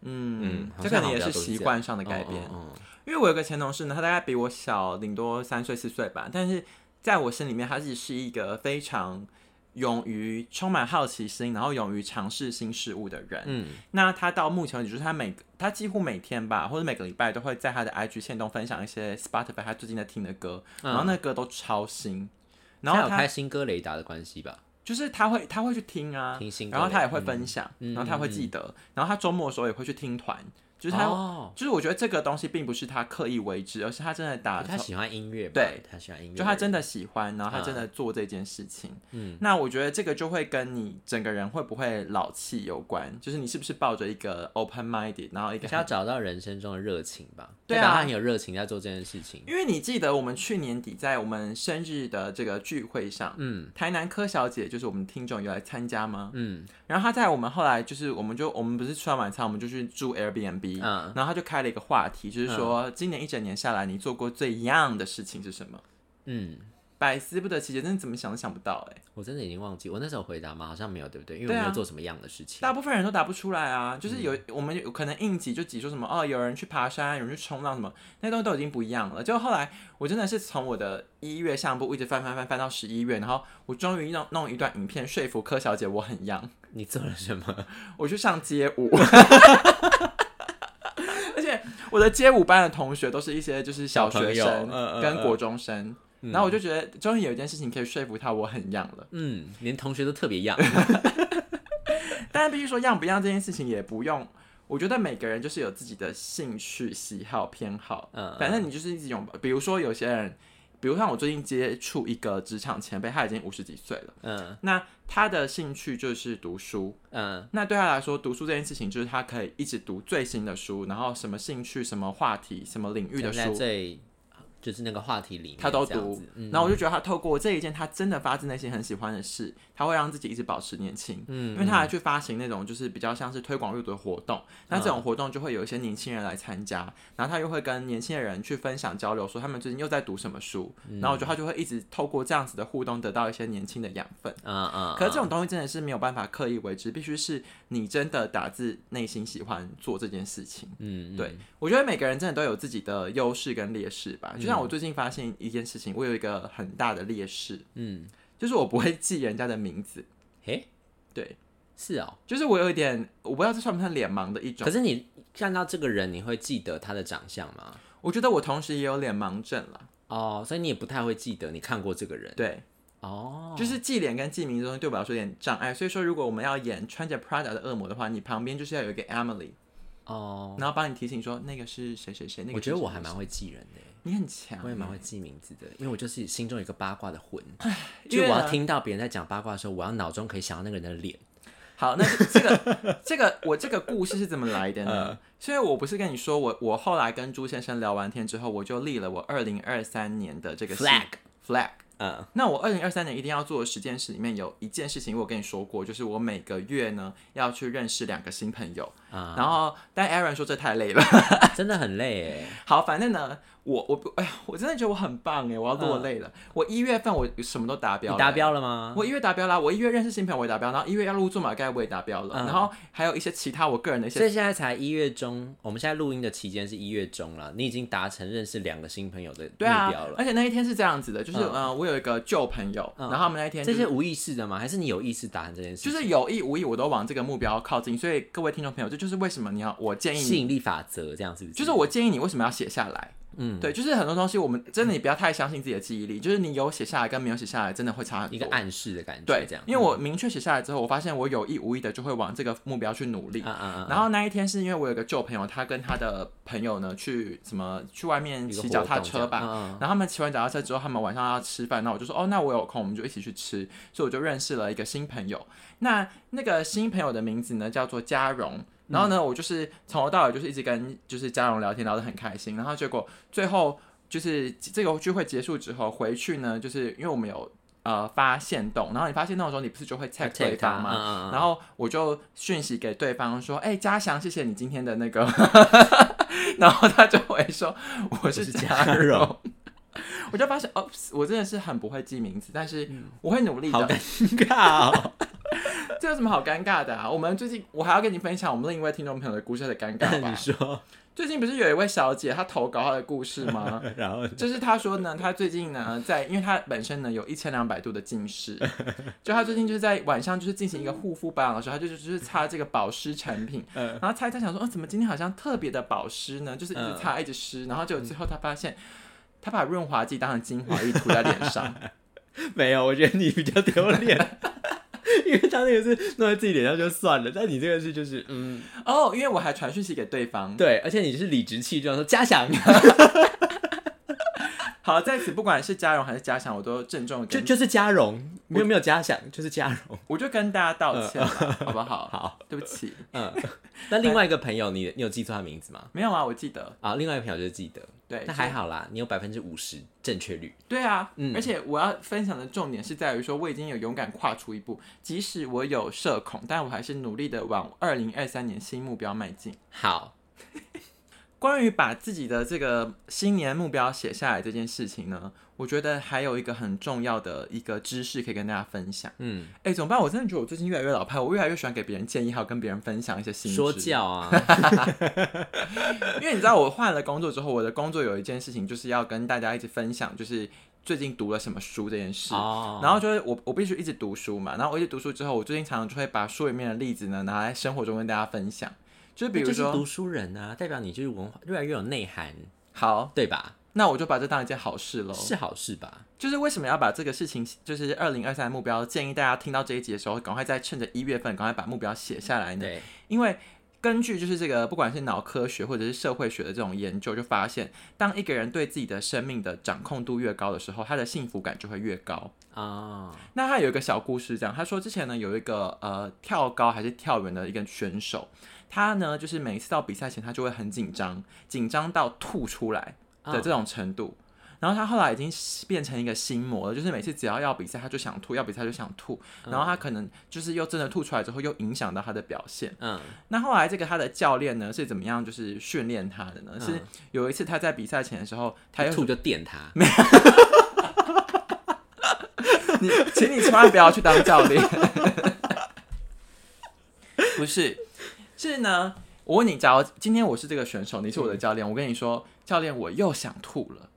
Speaker 1: 嗯
Speaker 2: 嗯，好
Speaker 1: 这
Speaker 2: 像
Speaker 1: 可能也
Speaker 2: 好像比较
Speaker 1: 是
Speaker 2: 都是
Speaker 1: 习
Speaker 2: 这样
Speaker 1: 惯上的改变。
Speaker 2: 嗯嗯
Speaker 1: 因为我有个前同事呢，他大概比我小顶多三岁四岁吧，但是在我心里面，他是是一个非常勇于、充满好奇心，然后勇于尝试新事物的人。
Speaker 2: 嗯，
Speaker 1: 那他到目前为止，就是他每他几乎每天吧，或者每个礼拜都会在他的 IG 线动分享一些 Spotify 他最近在听的歌，然后那歌都超新。然
Speaker 2: 嗯他
Speaker 1: 后
Speaker 2: 有
Speaker 1: 他
Speaker 2: 开新歌雷达的关系吧？
Speaker 1: 就是他会他会去听啊，
Speaker 2: 听新歌
Speaker 1: 然
Speaker 2: 雷达，
Speaker 1: 后他也会分享，
Speaker 2: 嗯
Speaker 1: 然后他会记得，然后他周末的时候也会去听团，就是他
Speaker 2: 哦，
Speaker 1: 就是我觉得这个东西并不是他刻意为之，而是他真的打，
Speaker 2: 他喜欢音乐吧，
Speaker 1: 对
Speaker 2: 他喜欢音嗯乐，
Speaker 1: 就他真的喜欢，然后他真的做这件事情。嗯，那我觉得这个就会跟你整个人会不会老气有关，就是你是不是抱着一个 open minded，然后一个
Speaker 2: 是要找到人生中的热情吧？
Speaker 1: 对啊
Speaker 2: 代表他很有热情在做这件事情。
Speaker 1: 因为你记得我们去年底在我们生日的这个聚会上，
Speaker 2: 嗯，
Speaker 1: 台南柯小姐就是我们听众有来参加吗？
Speaker 2: 嗯，
Speaker 1: 然后她在我们后来就是我们就我们不是吃完晚餐我们就去住 Airbnb，、
Speaker 2: 嗯
Speaker 1: 然后她就开了一个话题，就是说、今年一整年下来你做过最 young 的事情是什么？
Speaker 2: 嗯，
Speaker 1: 百思不得其解，真的怎么想都想不到哎、
Speaker 2: 我真的已经忘记我那时候回答吗？好像没有，对不对？因为
Speaker 1: 对
Speaker 2: 我
Speaker 1: 啊
Speaker 2: 没有做什么样的事情。
Speaker 1: 大部分人都答不出来啊，就是
Speaker 2: 嗯
Speaker 1: 有、我们有可能应急就挤出什么哦，有人去爬山，有人去冲浪什么，那东西都已经不一样了。就后来我真的是从我的一月相簿一直翻翻翻翻到十一月，然后我终于弄弄一段影片说服柯小姐我很样，
Speaker 2: 你做了什么？
Speaker 1: 我去上街舞。 而且我的街舞班的同学都是一些就是小学
Speaker 2: 小朋
Speaker 1: 生
Speaker 2: 友嗯嗯
Speaker 1: 跟
Speaker 2: 嗯
Speaker 1: 国中生，然后我就觉得终于有一件事情可以说服他我很样了。
Speaker 2: 嗯，连同学都特别样。
Speaker 1: 但是必须说样不样这件事情也不用，我觉得每个人就是有自己的兴趣、喜好、偏好，
Speaker 2: 嗯
Speaker 1: 反正你就是一种，比如说有些人，比如像我最近接触一个职场前辈，他已经五十几岁了，
Speaker 2: 嗯
Speaker 1: 那他的兴趣就是读书，
Speaker 2: 嗯
Speaker 1: 那对他来说，读书这件事情就是他可以一直读最新的书，然后什么兴趣、什么话题、什么领域的
Speaker 2: 现在
Speaker 1: 书。
Speaker 2: 最就是那个话题里面
Speaker 1: 他都
Speaker 2: 这样
Speaker 1: 读
Speaker 2: 子，嗯
Speaker 1: 然后我就觉得他透过这一件他真的发自内心很喜欢的事，他会让自己一直保持年轻。
Speaker 2: 嗯
Speaker 1: 因为他还去发行那种就是比较像是推广阅读的活动，那这
Speaker 2: 嗯
Speaker 1: 种活动就会有一些年轻人来参加，然后他又会跟年轻人去分享交流，说他们最近又在读什么书，
Speaker 2: 嗯
Speaker 1: 然后我觉得他就会一直透过这样子的互动得到一些年轻的养分。
Speaker 2: 嗯嗯，
Speaker 1: 可是这种东西真的是没有办法刻意为之，必须是你真的打自内心喜欢做这件事情。
Speaker 2: 嗯嗯
Speaker 1: 对我觉得每个人真的都有自己的优势跟劣势吧。就像我最近发现一件事情，我有一个很大的劣势，
Speaker 2: 嗯，
Speaker 1: 就是我不会记人家的名字。
Speaker 2: 嘿，
Speaker 1: 对，
Speaker 2: 是哦。
Speaker 1: 就是我有一点，我不知道这算不算脸盲的一种
Speaker 2: 可。是你看到这个人，你会记得他的长相吗？
Speaker 1: 我觉得我同时也有脸盲症了。
Speaker 2: 哦，所以你也不太会记得你看过这个人
Speaker 1: 对，
Speaker 2: 哦。
Speaker 1: 就是记脸跟记名字东西对我来说有点障碍，所以说如果我们要演穿着 Prada 的恶魔的话，你旁边就是要有一个 Emily，
Speaker 2: 哦，
Speaker 1: 然后帮你提醒说那个是谁谁谁。那个
Speaker 2: 我觉得我还
Speaker 1: 是谁谁
Speaker 2: 蛮会记人的耶。
Speaker 1: 谁你很强，
Speaker 2: 我也蛮会记名字的，因为我就是心中有一个八卦的魂，
Speaker 1: 因
Speaker 2: 就
Speaker 1: 为
Speaker 2: 我要
Speaker 1: 呢
Speaker 2: 听到别人在讲八卦的时候，我要脑中可以想到那个人的脸。
Speaker 1: 好，那这这个这个我这个故事是怎么来的
Speaker 2: 嗯
Speaker 1: 呢？所以我不是跟你说，我我后来跟朱先生聊完天之后，我就立了我二零二三年的这个新
Speaker 2: Flag
Speaker 1: flag。
Speaker 2: 嗯
Speaker 1: 那我二零二三年一定要做的十件事里面有一件事情，我跟你说过，就是我每个月呢要去认识两个新朋友。
Speaker 2: 啊，
Speaker 1: 然后，但 Aaron 说这太累了。
Speaker 2: 真的很累诶。
Speaker 1: 好，反正呢，我我不哎呀，我真的觉得我很棒哎，我要落泪了。我一月份我什么都达标
Speaker 2: 嗯
Speaker 1: 了，
Speaker 2: 你达标了吗？
Speaker 1: 我一月达标啦，我一月认识新朋友我也达标，然后一月要录做马盖我也达标了，
Speaker 2: 嗯
Speaker 1: 然后还有一些其他我个人的一些
Speaker 2: 所以现在才一月中，我们现在录音的期间是一月中了，你已经达成认识两个新朋友的目
Speaker 1: 对啊
Speaker 2: 标，了。嗯
Speaker 1: 而且那一天是这样子的，就是嗯、呃我有一个旧朋友，然后他们那一天、就
Speaker 2: 这
Speaker 1: 是、
Speaker 2: 是无意识的吗？还是你有意识达成这件事
Speaker 1: 就
Speaker 2: 情？
Speaker 1: 是有意无意我都往这个目标靠近，所以各位听众朋友，这就是为什么你要我建议
Speaker 2: 吸
Speaker 1: 你，
Speaker 2: 引力法则这样是不是？
Speaker 1: 就是我建议你为什么要写下来。嗯，对，就是很多东西，我们真的你不要太相信自己的记忆力，就是你有写下来跟没有写下来，真的会差很多。
Speaker 2: 一个暗示的感觉，
Speaker 1: 对
Speaker 2: 这样，。
Speaker 1: 因为我明确写下来之后，我发现我有意无意的就会往这个目标去努力。
Speaker 2: 啊啊啊！
Speaker 1: 然后那一天是因为我有个旧朋友，他跟他的朋友呢去什么去外面
Speaker 2: 一个
Speaker 1: 骑脚踏
Speaker 2: 活动这
Speaker 1: 车
Speaker 2: 样
Speaker 1: 吧，
Speaker 2: 嗯嗯
Speaker 1: 然后他们骑完脚踏车之后，他们晚上要吃饭，那我就说哦，那我有空，我们就一起去吃，所以我就认识了一个新朋友。那那个新朋友的名字呢叫做嘉荣，然后呢，我就是从头到尾就是一直跟就是嘉荣聊天，聊得很开心，然后结果最后就是这个聚会结束之后回去呢，就是因为我们有。呃，发现动，然后你发现动的时候，你不是就会 tag
Speaker 2: 他
Speaker 1: 对方吗？
Speaker 2: 嗯嗯嗯
Speaker 1: 然后我就讯息给对方说：“哎、嘉祥，谢谢你今天的那 个。”然后他就会说：“我是
Speaker 2: 是
Speaker 1: 嘉
Speaker 2: 嘉荣
Speaker 1: 荣。”我就发现哦，我真的是很不会记名字，但是我会努力
Speaker 2: 好
Speaker 1: 嗯的。
Speaker 2: 尴尬哦。
Speaker 1: 这有什么好尴尬的啊？我们最近我还要跟你分享我们另一位听众朋友的故事的尴尬 吧
Speaker 2: 你。说，
Speaker 1: 最近不是有一位小姐她投稿她的故事吗？
Speaker 2: 然后
Speaker 1: 就是他说呢，他最近呢，在因为他本身呢有一千两百度的近 视，就他最近就是在晚上就是进行一个护肤保养的时候，他就是就是擦这个保湿产品，
Speaker 2: 嗯
Speaker 1: 然后擦一擦想说，哦，怎么今天好像特别的保湿呢？就是一直擦一直湿，然后就最后他发
Speaker 2: 嗯
Speaker 1: 现。他把润滑剂当成精华液涂在脸 上，
Speaker 2: 没有，我觉得你比较丢脸。 因为他那个是弄在自己脸上就算了，但你这个是就是嗯，
Speaker 1: 哦因为我还传讯息给对方。
Speaker 2: 对，而且你是理直气壮说嘉祥，
Speaker 1: 好，在此不管是嘉荣还是嘉祥，我都郑重地
Speaker 2: 就
Speaker 1: 跟，
Speaker 2: 就是嘉荣，没有没有嘉祥，就是嘉荣。
Speaker 1: 我就跟大家道歉了，好不好？
Speaker 2: 嗯 好，
Speaker 1: 对不起，
Speaker 2: 嗯，那另外一个朋友，你你有记错他名字吗？
Speaker 1: 没有啊，我记得，
Speaker 2: 啊，另外一个朋友就是记得，
Speaker 1: 对，
Speaker 2: 那还好啦，你有百分之五十正确率。
Speaker 1: 对啊，
Speaker 2: 嗯
Speaker 1: 而且我要分享的重点是在于说，我已经有勇敢跨出一步，即使我有社恐，但我还是努力的往二零二三年新目标迈进。
Speaker 2: 好，
Speaker 1: 关于把自己的这个新年目标写下来这件事情呢，我觉得还有一个很重要的一个知识可以跟大家分享。
Speaker 2: 嗯，
Speaker 1: 哎，怎么办？我真的觉得我最近越来越老派，我越来越喜欢给别人建议，还有跟别人分享一些新知
Speaker 2: 说教啊，
Speaker 1: 因为你知道，我换了工作之后，我的工作有一件事情就是要跟大家一直分享，就是最近读了什么书这件事。
Speaker 2: 哦，
Speaker 1: 然后就是我我必须一直读书嘛，然后我一直读书之后，我最近常常就会把书里面的例子呢拿来生活中跟大家分享，就是比
Speaker 2: 那
Speaker 1: 如
Speaker 2: 哎就是
Speaker 1: 说，
Speaker 2: 读书人啊，代表你就是文化越来越有内涵，
Speaker 1: 好，
Speaker 2: 对吧？
Speaker 1: 那我就把这当一件好事喽。
Speaker 2: 是好事吧？
Speaker 1: 就是为什么要把这个事情，就是二零二三目标，建议大家听到这一集的时候，赶快在趁着一月份，赶快把目标写下来呢？
Speaker 2: 对，
Speaker 1: 因为根据就是这个，不管是脑科学或者是社会学的这种研究，就发现，当一个人对自己的生命的掌控度越高的时候，他的幸福感就会越高。
Speaker 2: 啊，
Speaker 1: 那他有一个小故事，这样他说之前呢有一个呃跳高还是跳远的一个选手，他呢就是每次到比赛前他就会很紧张，紧张到吐出来的
Speaker 2: 嗯
Speaker 1: 这种程度。然后他后来已经变成一个心魔了，就是每次只要要比赛他就想吐，要比赛就想吐，
Speaker 2: 嗯
Speaker 1: 然后他可能就是又真的吐出来之后又影响到他的表现。
Speaker 2: 嗯，
Speaker 1: 那后来这个他的教练呢是怎么样就是训练他的呢？是有一次他在比赛前的时候，他又
Speaker 2: 嗯吐就电他，
Speaker 1: 你， 请你千万不要去当教练。 不是，是呢。我问你，假如今天我是这个选手，你是我的教练，我跟你说，教练，我又想吐了，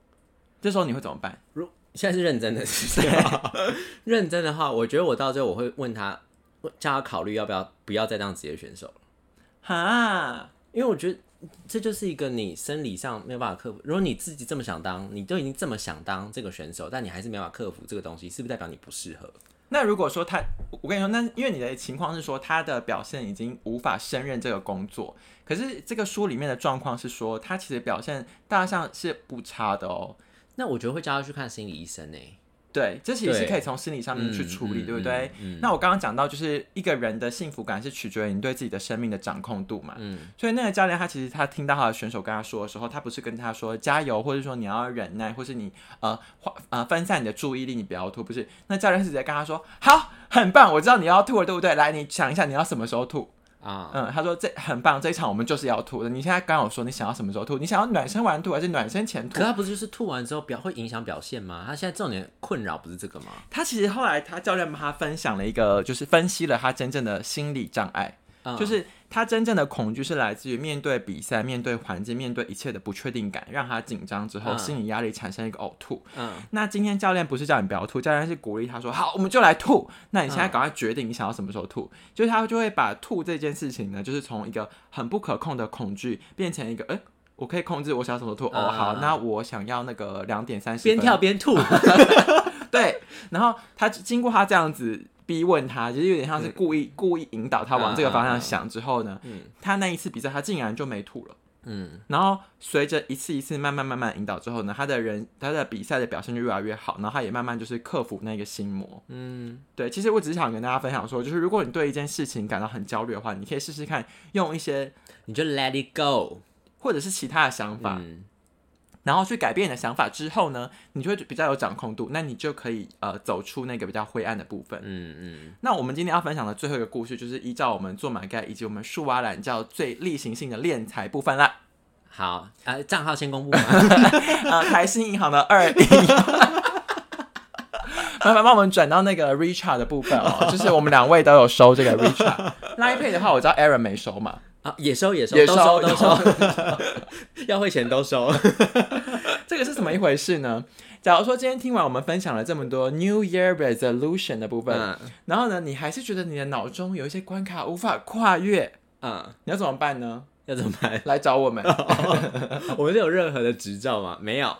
Speaker 1: 这时候你会怎么办？
Speaker 2: 如现在是认真的，是
Speaker 1: 啊
Speaker 2: 吧？ 认真的话，我觉得我到最后我会问他，叫他考虑要不要不要再当职业选手了，
Speaker 1: 哈，
Speaker 2: 因为我觉得这就是一个你生理上没有办法克服。如果你自己这么想当，你都已经这么想当这个选手，但你还是没办法克服这个东西，是不是代表你不适合？
Speaker 1: 那如果说他，我我跟你说，那因为你的情况是说他的表现已经无法胜任这个工作，可是这个书里面的状况是说，他其实表现大象是不差的哦。
Speaker 2: 那我觉得会叫他去看心理医生欸呢、
Speaker 1: 对，这其实是
Speaker 2: 对
Speaker 1: 可以从心理上面去
Speaker 2: 嗯
Speaker 1: 处理，
Speaker 2: 嗯
Speaker 1: 对不对？那我刚刚讲到，就是一个人的幸福感是取决于你对自己的生命的掌控度嘛。嗯，所以那个教练他其实他听到他的选手跟他说的时候，他不是跟他说加油，或者说你要忍耐，或是你呃花呃分散你的注意力，你不要吐，不是？那教练是直接跟他说，好，很棒，我知道你要吐了，对不对？来，你想一下你要什么时候吐。
Speaker 2: 啊，
Speaker 1: 嗯，他说这很棒，这一场我们就是要吐的。你现在刚好说你想要什么时候吐，你想要暖身完吐还是暖身前吐
Speaker 2: 可？他不是就是吐完之后表会影响表现吗？他现在重点困扰不是这个吗？
Speaker 1: 他其实后来他教练帮他分享了一个，就是分析了他真正的心理障碍，
Speaker 2: 嗯
Speaker 1: 就是他真正的恐惧是来自于面对比赛、面对环境、面对一切的不确定感，让他紧张之后、
Speaker 2: 嗯
Speaker 1: 心理压力产生一个呕吐。
Speaker 2: 嗯，
Speaker 1: 那今天教练不是叫你不要吐，教练是鼓励他说：“好，我们就来吐。那你现在赶快决定你想要什么时候吐。就是他就会把吐这件事情呢，就是从一个很不可控的恐惧变成一个，哎、我可以控制我想要什么时候吐。哦，
Speaker 2: 嗯
Speaker 1: 好，
Speaker 2: 嗯嗯
Speaker 1: 那我想要那个两点三十
Speaker 2: 边跳边吐，
Speaker 1: 对，然后他经过他这样子逼问他，其实有点像是故意、故意引导他往这个方向想。之后呢，他那一次比赛他竟然就没吐了。
Speaker 2: 嗯，
Speaker 1: 然后随着一次一次慢慢慢慢引导之后呢，他的人他的比赛的表现就越来越好，然后他也慢慢就是克服那个心魔。嗯，对，其实我只是想跟大家分享说，就是如果你对一件事情感到很焦虑的话，你可以试试看用一些
Speaker 2: 你就 let it go，
Speaker 1: 或者是其他的想法，
Speaker 2: 嗯，
Speaker 1: 然后去改变你的想法之后呢，你就会比较有掌控度，那你就可以呃走出那个比较灰暗的部分。
Speaker 2: 嗯嗯，
Speaker 1: 那我们今天要分享的最后一个 故事，就是依照我们做马盖以及我们树蛙懒觉最例行性的敛财部分啦。
Speaker 2: 好，呃，账号先公布 嘛。
Speaker 1: 呃，台新银行的二零。 麻烦帮我们转到那个 Richard 的部分 哦，就是我们两位都有收这个 Richard。Line Pay 的话，我知道 Aaron 没收嘛，
Speaker 2: 啊，也收也收，
Speaker 1: 也
Speaker 2: 都
Speaker 1: 收
Speaker 2: 都收， 要汇钱都收。
Speaker 1: 这个是怎么一回事呢？假如说今天听完我们分享了这么多 New Year Resolution 的部分，
Speaker 2: 嗯
Speaker 1: 然后呢，你还是觉得你的脑中有一些关卡无法跨越，
Speaker 2: 嗯，
Speaker 1: 你要怎么办呢？
Speaker 2: 要怎么办？
Speaker 1: 来找我们，
Speaker 2: 我们是有任何的执照吗？没有。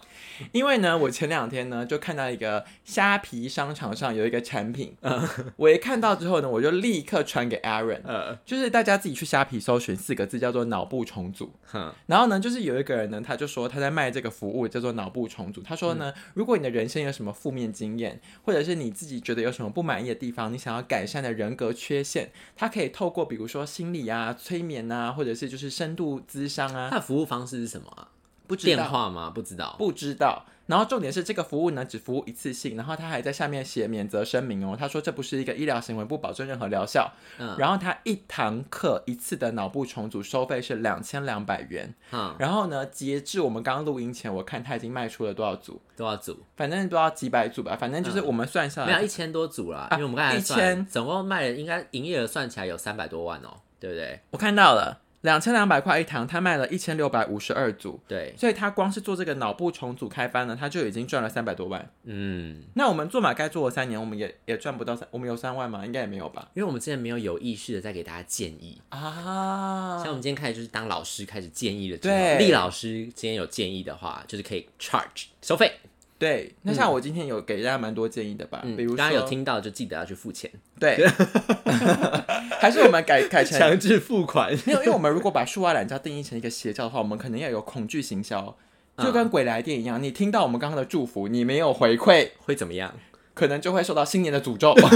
Speaker 1: 因为呢，我前两天呢就看到一个虾皮商场上有一个产品，呃我一看到之后呢，我就立刻传给 Aaron，
Speaker 2: 呃，
Speaker 1: 就是大家自己去虾皮搜寻四个字叫做脑部重组。
Speaker 2: 哼，
Speaker 1: 然后呢，就是有一个人呢，他就说他在卖这个服务叫做脑部重组。他说呢，如果你的人生有什么负面经验，或者是你自己觉得有什么不满意的地方，你想要改善的人格缺陷，他可以透过比如说心理啊、催眠啊，或者是就是深度咨商
Speaker 2: 它
Speaker 1: 啊，
Speaker 2: 的服务方式是什么啊？
Speaker 1: 不知
Speaker 2: 电
Speaker 1: 道
Speaker 2: 话吗？不知道。
Speaker 1: 不知道。然后重点是这个服务呢，只服务一次性，然后他还在下面写免责声明哦，他说这不是一个医疗行为，不保证任何疗效。
Speaker 2: 嗯
Speaker 1: 然后他一堂课一次的脑部重组收费是两千两百元，
Speaker 2: 哼，
Speaker 1: 然后呢，截至我们刚刚录音前，我看他已经卖出了多少组，
Speaker 2: 多少组？
Speaker 1: 反正不知道几百组吧，反正就是我们算下
Speaker 2: 没有
Speaker 1: 来，
Speaker 2: 一千多组啦，
Speaker 1: 啊
Speaker 2: 因为我们刚才
Speaker 1: 一
Speaker 2: 算，
Speaker 1: 千
Speaker 2: 总共卖了应该营业额算起来有三百多万哦，对不对？
Speaker 1: 我看到了两千两百块一堂，他卖了一千六百五十二组，
Speaker 2: 对，
Speaker 1: 所以他光是做这个脑部重组开翻呢，他就已经赚了三百多万。
Speaker 2: 嗯，
Speaker 1: 那我们做马该做了三年，我们也也赚不到三，我们有三万吗？应该也没有吧。
Speaker 2: 因为我们之前没有有意识的在给大家建议，
Speaker 1: 啊
Speaker 2: 像我们今天开始就是当老师开始建议了之后，
Speaker 1: 对
Speaker 2: 厉老师今天有建议的话，就是可以 charge 收费，
Speaker 1: 对，嗯那像我今天有给大家蛮多建议的吧，
Speaker 2: 嗯
Speaker 1: 比如，说
Speaker 2: 大家有听到就记得要去付钱，
Speaker 1: 对， 还是我们改改 成
Speaker 2: 制付款，
Speaker 1: 没有，因为我们如果把树蛙懒觉定义成一个邪教的话，我们可能要有恐惧行销，就跟鬼来电一样。你听到我们刚刚的祝福，你没有回馈，
Speaker 2: 会怎么样？
Speaker 1: 可能就会受到新年的 诅咒。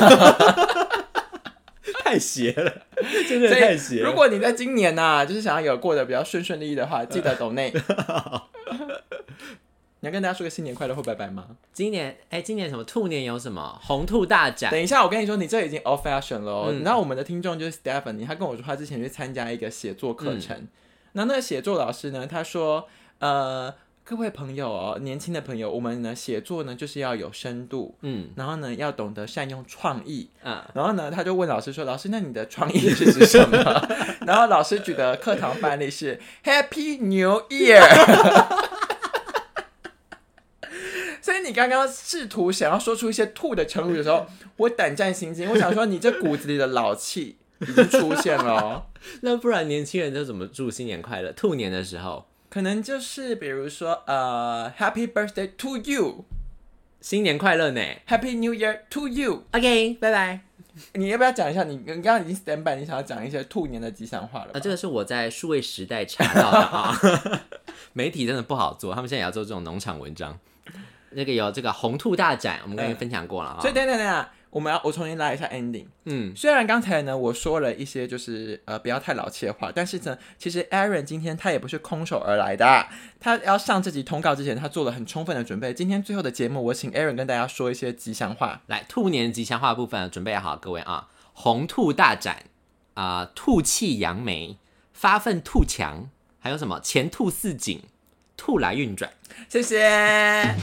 Speaker 2: 太邪了， 真
Speaker 1: 所以如果你在今年呐、就是想要有过得比较顺顺利利的话，记 得抖内。你要跟大家说个新年快乐或拜拜吗？
Speaker 2: 今年哎、今年什么兔年有什么红兔大展？
Speaker 1: 等一下，我跟你说，你这已经 old fashion 了、哦。
Speaker 2: 嗯
Speaker 1: 你知道我们的听众就是 Stephanie，他跟我说他之前去参加一个写作课程，那、那个写作老师呢，他说，呃，各位朋友哦，年轻的朋友，我们呢写作呢就是要有深度，
Speaker 2: 嗯
Speaker 1: 然后呢要懂得善用创意。
Speaker 2: 啊，
Speaker 1: 然后呢，他就问老师说：“老师，那你的创意是指什么？” 然后老师举的课堂范例是 “Happy New Year”。所以你刚刚试图想要说出一些吐的成语的时候，我胆战心惊。我想说，你这骨子里的老气已经出现了哦，
Speaker 2: 那不然年轻人都怎么祝新年快乐？兔年的时候，
Speaker 1: 可能就是比如说呃，Happy Birthday to you，Happy
Speaker 2: 新年快乐呢
Speaker 1: New Year to you。
Speaker 2: ？OK，拜拜。
Speaker 1: 你要不要讲一下？你你刚刚已经 stand by，你想要讲一些兔年的吉祥话了吧
Speaker 2: 啊，？这个是我在数位时代查到的啊。 媒体真的不好做，他们现在也要做这种农场文章。那个有这个红兔大展，我们刚才
Speaker 1: 嗯
Speaker 2: 分享过了啊。
Speaker 1: 所以等等等等，我们要我重新来一下 ending。
Speaker 2: 嗯，
Speaker 1: 虽然刚才呢我说了一些就是呃不要太老气的话，但是
Speaker 2: 嗯
Speaker 1: 呢，其实 Aaron 今天他也不是空手而来的，啊他要上这集通告之前，他做了很充分的准备。今天最后的节目，我请 Aaron 跟大家说一些吉祥话。
Speaker 2: 来兔年吉祥话部分准备好，各位啊！红兔大展啊、吐气扬眉，发愤图强，还有什么前兔似锦，兔来运转。
Speaker 1: 谢谢。